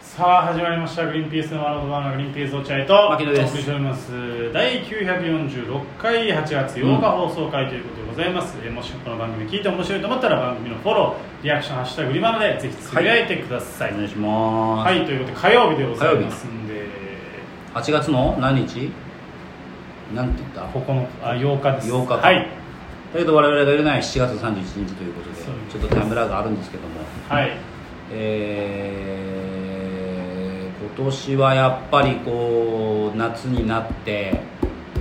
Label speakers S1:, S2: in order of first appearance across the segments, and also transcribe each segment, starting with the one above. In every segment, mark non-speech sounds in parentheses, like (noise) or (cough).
S1: さあ始まりました「グリーンピースのワールドバナナグリーンピース落合」と
S2: 牧野です
S1: お送りしております第946回8月8日放送回ということでございます、えーもしこの番組聞いて面白いと思ったら番組のフォローリアクション「ハッシュタググリマナ」でぜひつぶやいてください
S2: お
S1: は
S2: 願
S1: い、
S2: いします、
S1: ということで火曜日でございますんで
S2: 8月の何日なんて言った
S1: ここのあ8日です
S2: 8日か
S1: はい
S2: だけど我々がいれない7月31日ということで
S1: そうです
S2: ちょっとタイムラグあるんですけども
S1: はい
S2: えー今年はやっぱりこう夏になって、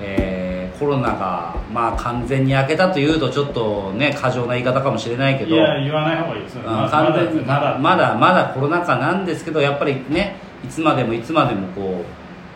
S2: えーコロナがまあ完全に明けたというとちょっとね過剰な言い方かもしれないけ
S1: い
S2: ど
S1: や言わない方がいいですよ
S2: うん完全に
S1: まだ
S2: まだまだコロナ禍なんですけどやっぱりねいつまでもいつまでもこう、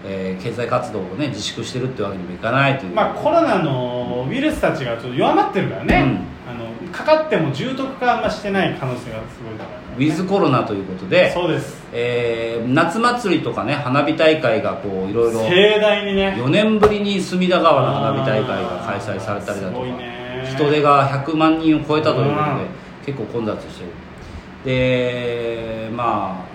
S2: えー経済活動をね自粛してるってわけにもいかないという、
S1: まあ、コロナのウイルスたちがちょっと弱まってるからね、あのかかっても重篤化あんましてない可能性がすごいから、ね、
S2: ウィズコロナということで、
S1: そうです
S2: えー夏祭りとかね花火大会がこういろいろ
S1: 盛大にね
S2: 4年ぶりに隅田川の花火大会が開催されたりだと
S1: あーすごい
S2: か、
S1: ね
S2: 人出が100万人を超えたということで、
S1: うん
S2: 結構混雑してるでまあ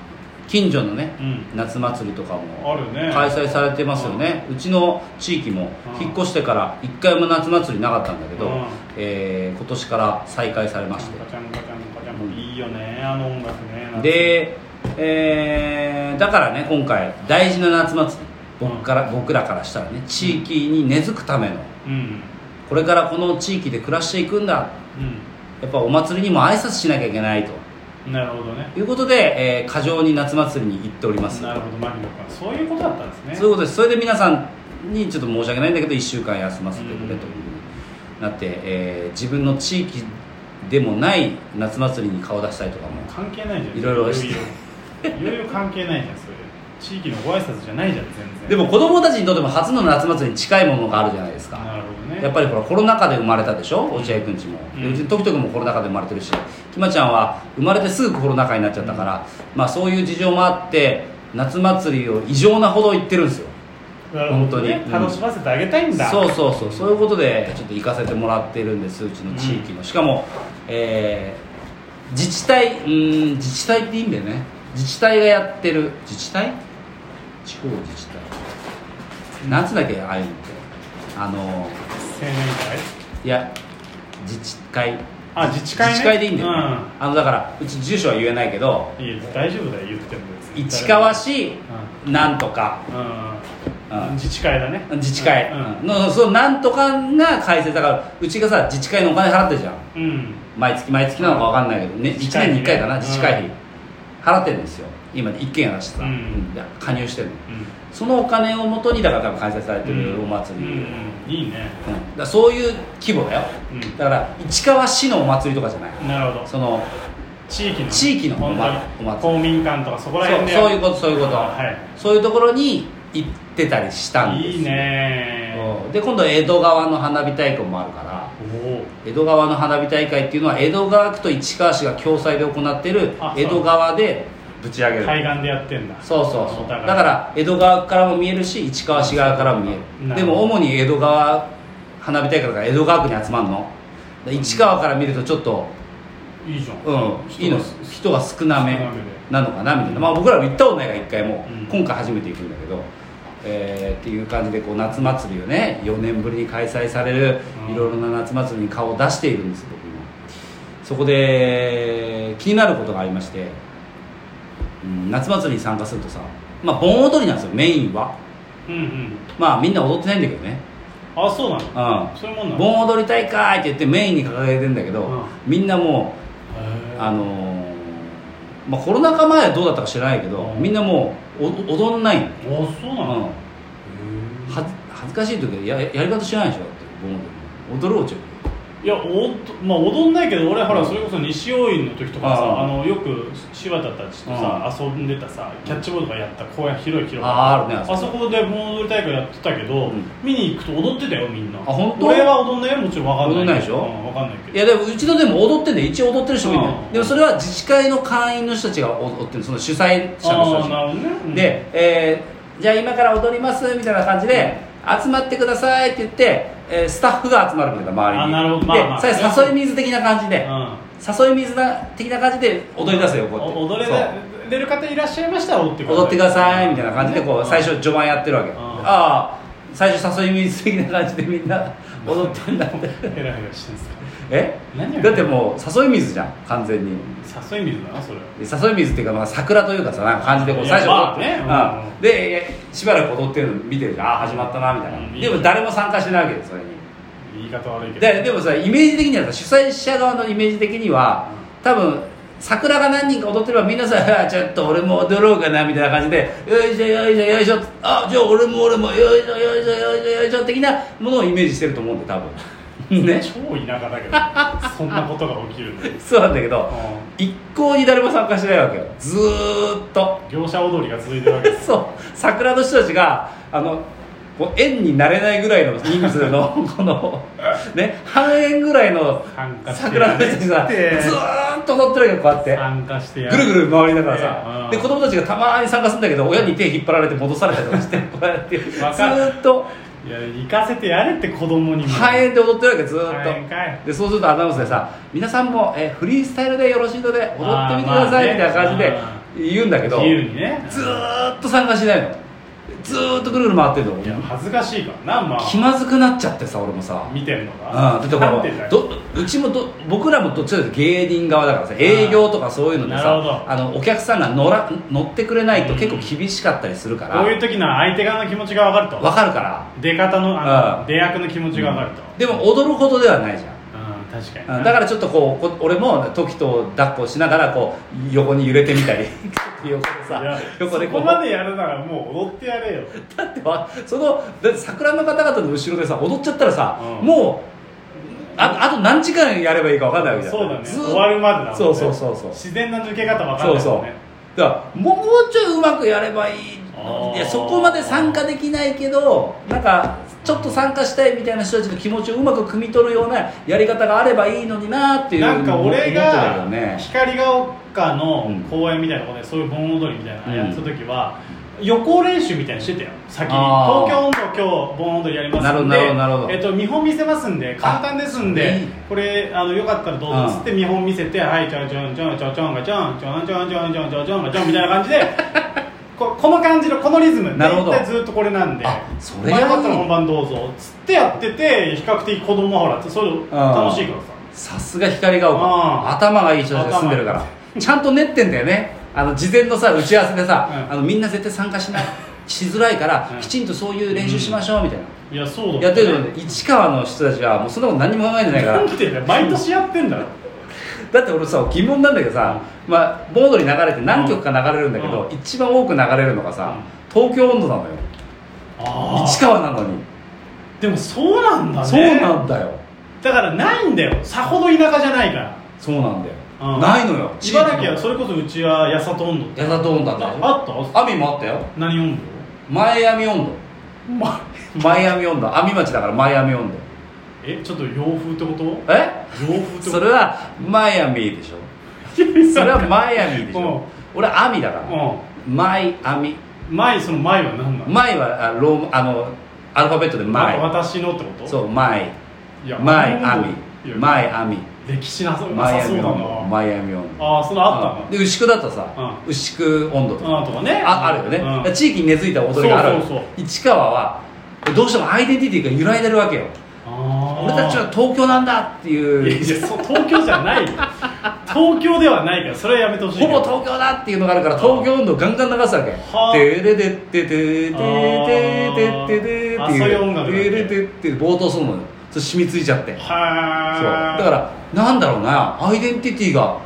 S2: 近所のね、
S1: うん
S2: 夏祭りとか
S1: あ
S2: も
S1: るね
S2: 開催されてますよね、うちの地域も
S1: うん
S2: 引っ越してから1回も夏祭りなかったんだけど、
S1: うん
S2: えー今年から再開されま
S1: カチ
S2: し
S1: ャン
S2: て
S1: カチャンカチャンカチャン、
S2: うん
S1: いいよねあの音楽ね
S2: で、えーだからね今回大事な夏祭り僕から、僕らからしたらね地域に根付くための
S1: うん
S2: これからこの地域で暮らしていくんだやっぱお祭りにも挨拶しなきゃいけないと
S1: うんなるほどね
S2: いうことで、えー過剰に夏祭りに行っております
S1: なるほど牧野君そういうことだったんですね
S2: そういうことですそれで皆さんにちょっと申し訳ないんだけど1週間休ませてくれというふうになって、えー自分の地域でもない夏祭りに顔出したりとかも
S1: 関係ないじゃん
S2: いろいろ
S1: いろいろいろいろ関係ないじゃんそれ地域のご挨拶じゃないじゃん全然
S2: でも子供たちにとっても初の夏祭りに近いものがあるじゃないですか
S1: なるほどね
S2: やっぱりほらコロナ禍で生まれたでしょ落合くんちも、
S1: うん
S2: でうちの時々もコロナ禍で生まれてるしきまちゃんは生まれてすぐコロナ禍になっちゃったから、まあそういう事情もあって夏祭りを異常なほど行ってるんですよ
S1: なるほどね
S2: 本当にうん
S1: 楽しませてあげたいんだ
S2: そうそうそうそういうことでちょっと行かせてもらってるんですうちの地域の、しかも、えー自治体うん自治体っていいんだよね自治体がやってる自治体地方自治体何つうんだっけああいうのってあの
S1: 青年会
S2: いや自治会
S1: あ自治会ね
S2: 自治会でいいんだよ、ねあのだからうち住所は言えないけど
S1: うんいいよ大丈夫だよ言っても別に
S2: 市川市なんとか、
S1: う
S2: うん
S1: うん
S2: ん
S1: 自治会だね
S2: 自治会、
S1: う
S2: のそのなんとかが開設だからうちがさ自治会のお金払ってるじゃん
S1: んうん
S2: 毎月毎月なのか分かんないけど、ね、1
S1: 自治会
S2: 年
S1: 費ね
S2: に1回かな
S1: うん
S2: 自治会費払ってるんですよ今1件やらしてさ、
S1: うん
S2: うんで加入してるのそのお金をもとにだから多分開催されて
S1: うん
S2: るお祭り、
S1: う
S2: うん
S1: んうんいいね
S2: だからそういう規模だよ
S1: うん
S2: だから市川市のお祭りとかじゃない
S1: なるほど
S2: その
S1: 地域の
S2: 地域の
S1: 本当に
S2: お祭り
S1: 公民館とかそこら辺で
S2: そうそういうことそういうこと
S1: は
S2: そういうところに行ってたりしたん
S1: い
S2: です
S1: いいね
S2: うんで今度江戸川の花火大会もあるから
S1: おお
S2: 江戸川の花火大会っていうのは江戸川区と市川市が共催で行ってる
S1: あそう
S2: 江戸川でぶち上げる
S1: 海岸でやってんだ
S2: そうそうそう
S1: お
S2: だ
S1: 互い
S2: から江戸川からも見えるし市川市側からも見え
S1: な
S2: る
S1: る
S2: で
S1: ほど
S2: も主に江戸川花火大会だから江戸川区に集まるのだから市川から見るとちょっと
S1: いいじゃん
S2: うんいいの人が少なめ
S1: 少なめで
S2: なのかなみたいな、まあ、僕らも行ったことないから一回も、
S1: うん
S2: 今回初めて行くんだけど、えーっていう感じでこう夏祭りをね4年ぶりに開催される
S1: うん
S2: いろいろな夏祭りに顔を出しているんです僕今そこで気になることがありまして、うん、夏祭りに参加するとさまあ盆踊りなんですよメインは
S1: うんうん
S2: まあみんな踊ってないんだけどね
S1: あそうなの
S2: うん
S1: そういうもんなの
S2: 盆踊り大会って言ってメインに掲げてんだけど、
S1: うん
S2: みんなもう
S1: へー
S2: あのーまあ、コロナ禍前はどうだったか知らないけど、
S1: うん
S2: みんなもうお踊んないの、
S1: あそうな
S2: うん
S1: のへー
S2: は恥ずかしい時ややり方知らないでしょだって盆踊り踊るおちょ
S1: いやおんとまあ踊んないけど俺はほら
S2: うん
S1: それこそ西大井の時とかさ
S2: あ
S1: あ
S2: あ
S1: のよく柴田たちとさ遊んでたさキャッチボールとかやった公園広い広場
S2: あああるねあそこ
S1: あそこで盆踊り大会やってたけど
S2: うん
S1: 見に行くと踊ってたよみんなあ
S2: 本当
S1: 俺は踊んないよもちろんわかんない
S2: 踊んないでしょ
S1: うんわかんないけ
S2: い
S1: ど
S2: やでもうちのでも踊ってんだよ一応踊ってる人もいるんだよ、
S1: うん
S2: でもそれは自治会の会員の人たちが踊ってるその主催者の人
S1: あ
S2: た
S1: あ
S2: ち
S1: なるほどねうん
S2: で、えーじゃあ今から踊りますみたいな感じで、集まってくださいって言って、えースタッフが集まるみたいな周りに
S1: あなるほどまあまあ
S2: でさ誘い水的な感じで、
S1: うん
S2: 誘い水な的な感じで踊り出すよこうやって
S1: お踊れ
S2: そう
S1: だ出る方いらっしゃいましたら踊ってください
S2: 踊ってくださいみたいな感じでこう最初序盤やってるわけ
S1: ん
S2: ああ最初誘い水的な感じでみんな踊ってんだって
S1: ヘラヘラしてるんですか
S2: え
S1: 何を
S2: だってもう誘い水じゃん完全に
S1: 誘い水だなそれは
S2: で誘い水っていうか、まあ、桜というかさなんか感じでこう
S1: いや
S2: 最初
S1: まあ
S2: こう
S1: ね
S2: うん
S1: うん
S2: でしばらく踊ってるの見てるじゃんああ始まったなみたいな、
S1: うん
S2: でも誰も参加してないわけですそれに
S1: 言い方悪いけど
S2: ででもさイメージ的にはさ主催者側のイメージ的には多分桜が何人か踊ってればみんなさあ「ちょっと俺も踊ろうかな」みたいな感じで「よいしょよいしょよいしょ」あじゃあ俺も俺もよいしょよいしょよいしょよいしょ」的なものをイメージしてると思うんで多分ね
S1: (laughs) 超田舎だけどそんなことが起きるんだよ
S2: (laughs) そうなんだけど
S1: う
S2: 一向に誰も参加してないわけよずーっと
S1: ん業者踊りが続いてるわけです
S2: そう桜の人たちがあのこう円になれないぐらいの人数の (laughs) このね半円ぐらいの
S1: 参加して
S2: 桜
S1: や
S2: の人
S1: れ
S2: たちがずーっと踊ってるわけよこうやって
S1: 参加してや
S2: ぐるぐる回りながら
S1: う
S2: さ
S1: ん
S2: で子供たちがたまに参加するんだけど親に手引っ張られて戻されたりとかし
S1: (laughs)
S2: てこうやってず
S1: わかる
S2: ーっと
S1: いや行かせてやれって子供にも
S2: 半円で踊ってるわけずーっと
S1: 半円かい
S2: でそうするとアナウンスでさ皆さんも、えーフリースタイルでよろしいので踊ってみてくだ
S1: あーまあ
S2: さい
S1: ね
S2: みたいな感じで言うんだけど
S1: 自由にね
S2: ずーっと参加しないのずーっとぐるぐる回ってるの
S1: いや恥ずかしいからなま
S2: 気
S1: あ
S2: まずくなっちゃってさ俺もさ
S1: 見てるの
S2: うん、
S1: が
S2: だってほら
S1: なんだよ
S2: どうちもど僕らもどっちかというと芸人側だからさ営業とかそういうので
S1: なるほ
S2: さ
S1: ど
S2: あのお客さんが乗ら乗ってくれないと
S1: うん
S2: 結構厳しかったりするから
S1: こういう
S2: 分
S1: 時の相手側の気持ちが分かると
S2: かるから
S1: 出方のあ
S2: うん
S1: の出役の気持ちが分かると
S2: でも踊るほどではないじゃん
S1: うん確かに
S2: う
S1: なん
S2: だからちょっとこうこ俺も時と抱っこしながらこう横に揺れてみたり (laughs) ちょっと横で
S1: いや
S2: さ
S1: そ
S2: 横でこ
S1: こ
S2: う
S1: までやるならもう踊ってやれよ
S2: だってわそのだって桜の方々の後ろでさ踊っちゃったらさ、
S1: うん
S2: もうああと何時間やればいいか分かんないわけじゃん
S1: そうだね
S2: ずっと
S1: 終わるまでだもんね
S2: そうそうそうそう
S1: 自然な抜け方分かん
S2: そ
S1: な
S2: う
S1: い
S2: そう
S1: もんね
S2: だからもうちょいうまくやればいいのに
S1: あー
S2: いやそこまで参加できないけどなんかちょっと参加したいみたいな人たちの気持ちをうまく汲み取るようなやり方があればいいのになっていう
S1: なんか俺
S2: 思
S1: が
S2: ってたけどね
S1: 光が丘の
S2: うん
S1: 公園みたいなとこでそういう盆踊りみたいなのやってた時は、予行練習みたいにしてたよ先に
S2: あー
S1: 東京温度今日盆踊りやりますん
S2: なるほ
S1: で
S2: どなるほど
S1: えっと見本見せますんで簡単ですん
S2: あ
S1: で
S2: いいね
S1: これあのよかったらどうぞっつって見本見せて、はいちょんちょんちょんちょんちょんがちょんちょんちょんちょんちょんちょんちょんがちょんみたいな感じでここの感じのこのリズム
S2: なるほど
S1: 大体ずっとこれなんで
S2: あそれがいい
S1: まあよかったら本番どうぞっつってやってて比較的子供はほらそれ楽しいからさ
S2: さすが光が
S1: あ
S2: 丘
S1: ー
S2: 頭がいい人たちが住んでるからちゃんと練ってんだよねあの事前のさ打ち合わせでさ、
S1: うん
S2: あのみんな絶対参加しないしづらいから、
S1: うん
S2: きちんとそういう練習しましょうみたいな、
S1: いやそうだ
S2: やってるので市川の人たちはもうそんなこと何も考えてないか
S1: な
S2: ら
S1: んてね毎年やってんだろ
S2: だって俺さ疑問なんだけどさ、まあ、盆踊り流れて何曲か流れるんだけど、
S1: うん
S2: 一番多く流れるのがさ、東京温度なのよ市川なのに、
S1: でもそうなんだね
S2: そうなんだよ
S1: だからないんだよさほど田舎じゃないから
S2: そうなんだ
S1: うん
S2: よ、ないのよ
S1: 茨城はそ
S2: れ
S1: れこそうちは八里温度って
S2: 八里温度だったでしょ
S1: あった
S2: 網もあったよ
S1: 何温
S2: マイアミ温
S1: 度ま
S2: 度マイアミ温度網町だからマイアミ温
S1: (laughs) えちょっと洋風ってこと
S2: 度え
S1: 洋風ってこと
S2: それはマイアミでしょそれはマイアミでしょ俺網だからマイアミ
S1: うん前その前は何なの
S2: マイはあローマあのアルファベットでマ
S1: なんか
S2: イ
S1: 私のってこと
S2: そうマイ
S1: いや
S2: マイア
S1: 温
S2: ミ
S1: 度いや
S2: マイアミ
S1: 歴史なさな
S2: マイ
S1: さ
S2: ア
S1: そう
S2: ミ
S1: だ
S2: 温度
S1: な
S2: マイアミ温度
S1: ああそのあっ
S2: うんで牛久だったらさ
S1: う
S2: 牛久温度
S1: た
S2: とか
S1: のうんとかね
S2: ああるよね
S1: うん
S2: だから地域に根付いた踊りがある
S1: そうそう
S2: 市川はどうしてもアイデンティティが揺らいでるわけよ
S1: あー
S2: 俺たちは東京なんだって
S1: いや
S2: いう
S1: いやそう東京じゃないよ東京ではないからそれはやめてほしい
S2: ほぼ
S1: 東
S2: 東京だっていうのがあるから東京温度ガンガン流すわけ
S1: はあ
S2: テレテテテテ
S1: あー
S2: テテテって
S1: あそういう音楽なんだ
S2: テレテって冒頭するのよそれ染みついちゃってそうだ
S1: はあ
S2: からなんだろうなアイデンティティが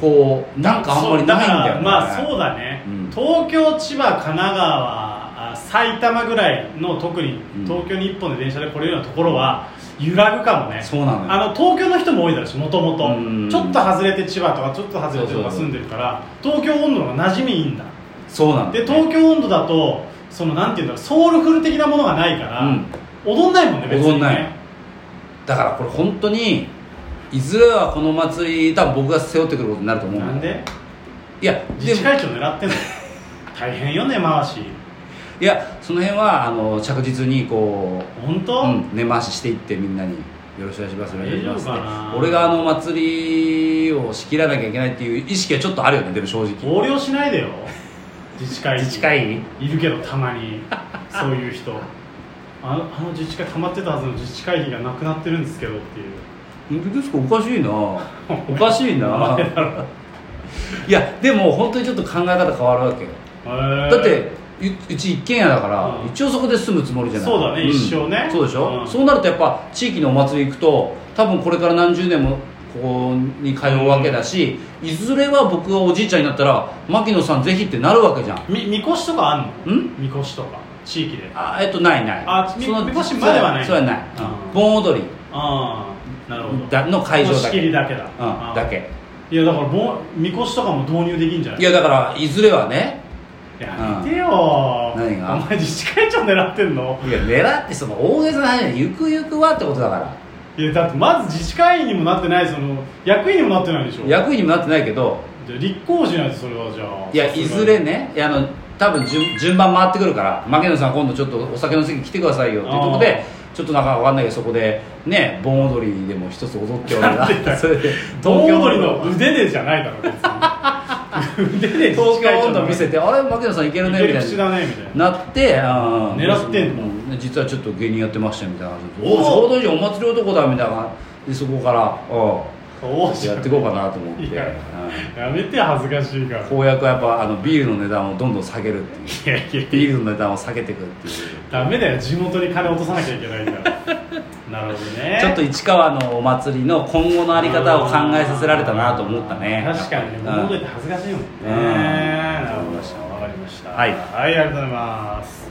S2: こうなんかあんまりないんだよ
S1: そ
S2: ね
S1: うまあそうだね、
S2: うん
S1: 東京千葉神奈川あ埼玉ぐらいの特に
S2: うん
S1: 東京に一本で電車で来れるようなところは揺らぐかもね
S2: そうなのよ
S1: あの東京の人も多いだろうしもともと
S2: うん
S1: ちょっと外れて千葉とかちょっと外れてとか住んでるから東京温度の方が馴染みいいんだ
S2: そうなんだ
S1: で
S2: よね
S1: 東京温度だとそのなんていうんだろうソウルフル的なものがないから、
S2: うん
S1: 踊んないもんね別にね
S2: 踊んないだからこれ本当にいずれはこの祭り多分僕が背負ってくることになると思うだよ
S1: なんで
S2: いやで
S1: 自
S2: も
S1: 治会長狙ってんの大変よね回し
S2: いやその辺はあの着実にこう
S1: 本当、
S2: うん、根回ししていってみんなによろしくお願いしますお願いしますっ
S1: 大丈夫か
S2: て
S1: な
S2: 俺があの祭りを仕切らなきゃいけないっていう意識はちょっとあるよねでも正直
S1: 横領しないでよ自治会
S2: 自治会員
S1: いるけどたまにそういう人あのあの自治会溜まってたはずの自治会費がなくなってるんですけどっていう
S2: 本当ですかおかし
S1: (laughs)
S2: いなおかしいな
S1: だろ
S2: いやでも本当にちょっと考え方変わるわけよ
S1: へー
S2: だってううち一軒家だから、
S1: うん
S2: 一応そこで住むつもりじゃない
S1: そうだね
S2: ん
S1: 一生ね
S2: そうでしょ、
S1: うん
S2: そうなるとやっぱ地域のお祭り行くと多分これから何十年もここに通うわけだし、いずれは僕がおじいちゃんになったら牧野さんぜひってなるわけじゃん
S1: みみこしとかあんの
S2: ん
S1: みこしとか地域であ
S2: あえっとないない
S1: あみみこしまではない
S2: そうやない、
S1: うん
S2: 盆踊り
S1: あーなるほど
S2: だの会場
S1: 押
S2: だ
S1: し切
S2: け
S1: りだけだ、
S2: うん、だけ
S1: いやだからぼみこしとかも導入できんじゃない
S2: いやだからいずれはね
S1: やめてよ、
S2: うん何が
S1: お前自治会長狙ってんの
S2: いや狙ってその大げさな話じゃないゆくゆくはってことだから
S1: いやだってまず自治会員にもなってないその役員にもなってないでしょじゃ
S2: 役員にもなってないけど
S1: あ立候補しないとそれはじゃあ
S2: いやいずれねいやあの多分順順番回ってくるから牧野さん今度ちょっとお酒の席来てくださいよっていうところ
S1: あ
S2: でちょっとなんかわかんないけどそこでね盆踊りでも一つ踊ってお
S1: なん
S2: れ
S1: でだ
S2: ば
S1: よ
S2: (laughs) それで
S1: 東京踊り
S2: の
S1: の腕でじゃないだろ別
S2: (laughs)
S1: に腕で
S2: 東京温度見せ
S1: て
S2: てあれ牧野さんいけるねみた
S1: 口
S2: い
S1: だ
S2: な
S1: ねみたいな
S2: なってあー
S1: 狙ってんの
S2: う実はちょっと芸人やってましたよみたいな感じで
S1: おー
S2: おおちょうどいいお祭り男だみたいな感じでそこからう
S1: お
S2: んやっていこうかなと思って
S1: いや
S2: うん
S1: やめて恥ずかしいから
S2: 公約はやっぱあのビールの値段をどんどん下げるっていう
S1: いやいや
S2: ビールの値段を下げていくっていう
S1: ダメだよ地元に金落とさなきゃいけないからなるほどね
S2: ちょっと市川のお祭りの今後のあり方を考えさせられたなと思ったね
S1: 確かにね
S2: うん
S1: 物事って恥ずかしいもんね
S2: うん
S1: なるほどわかりました
S2: はい
S1: はい、ありがとうございます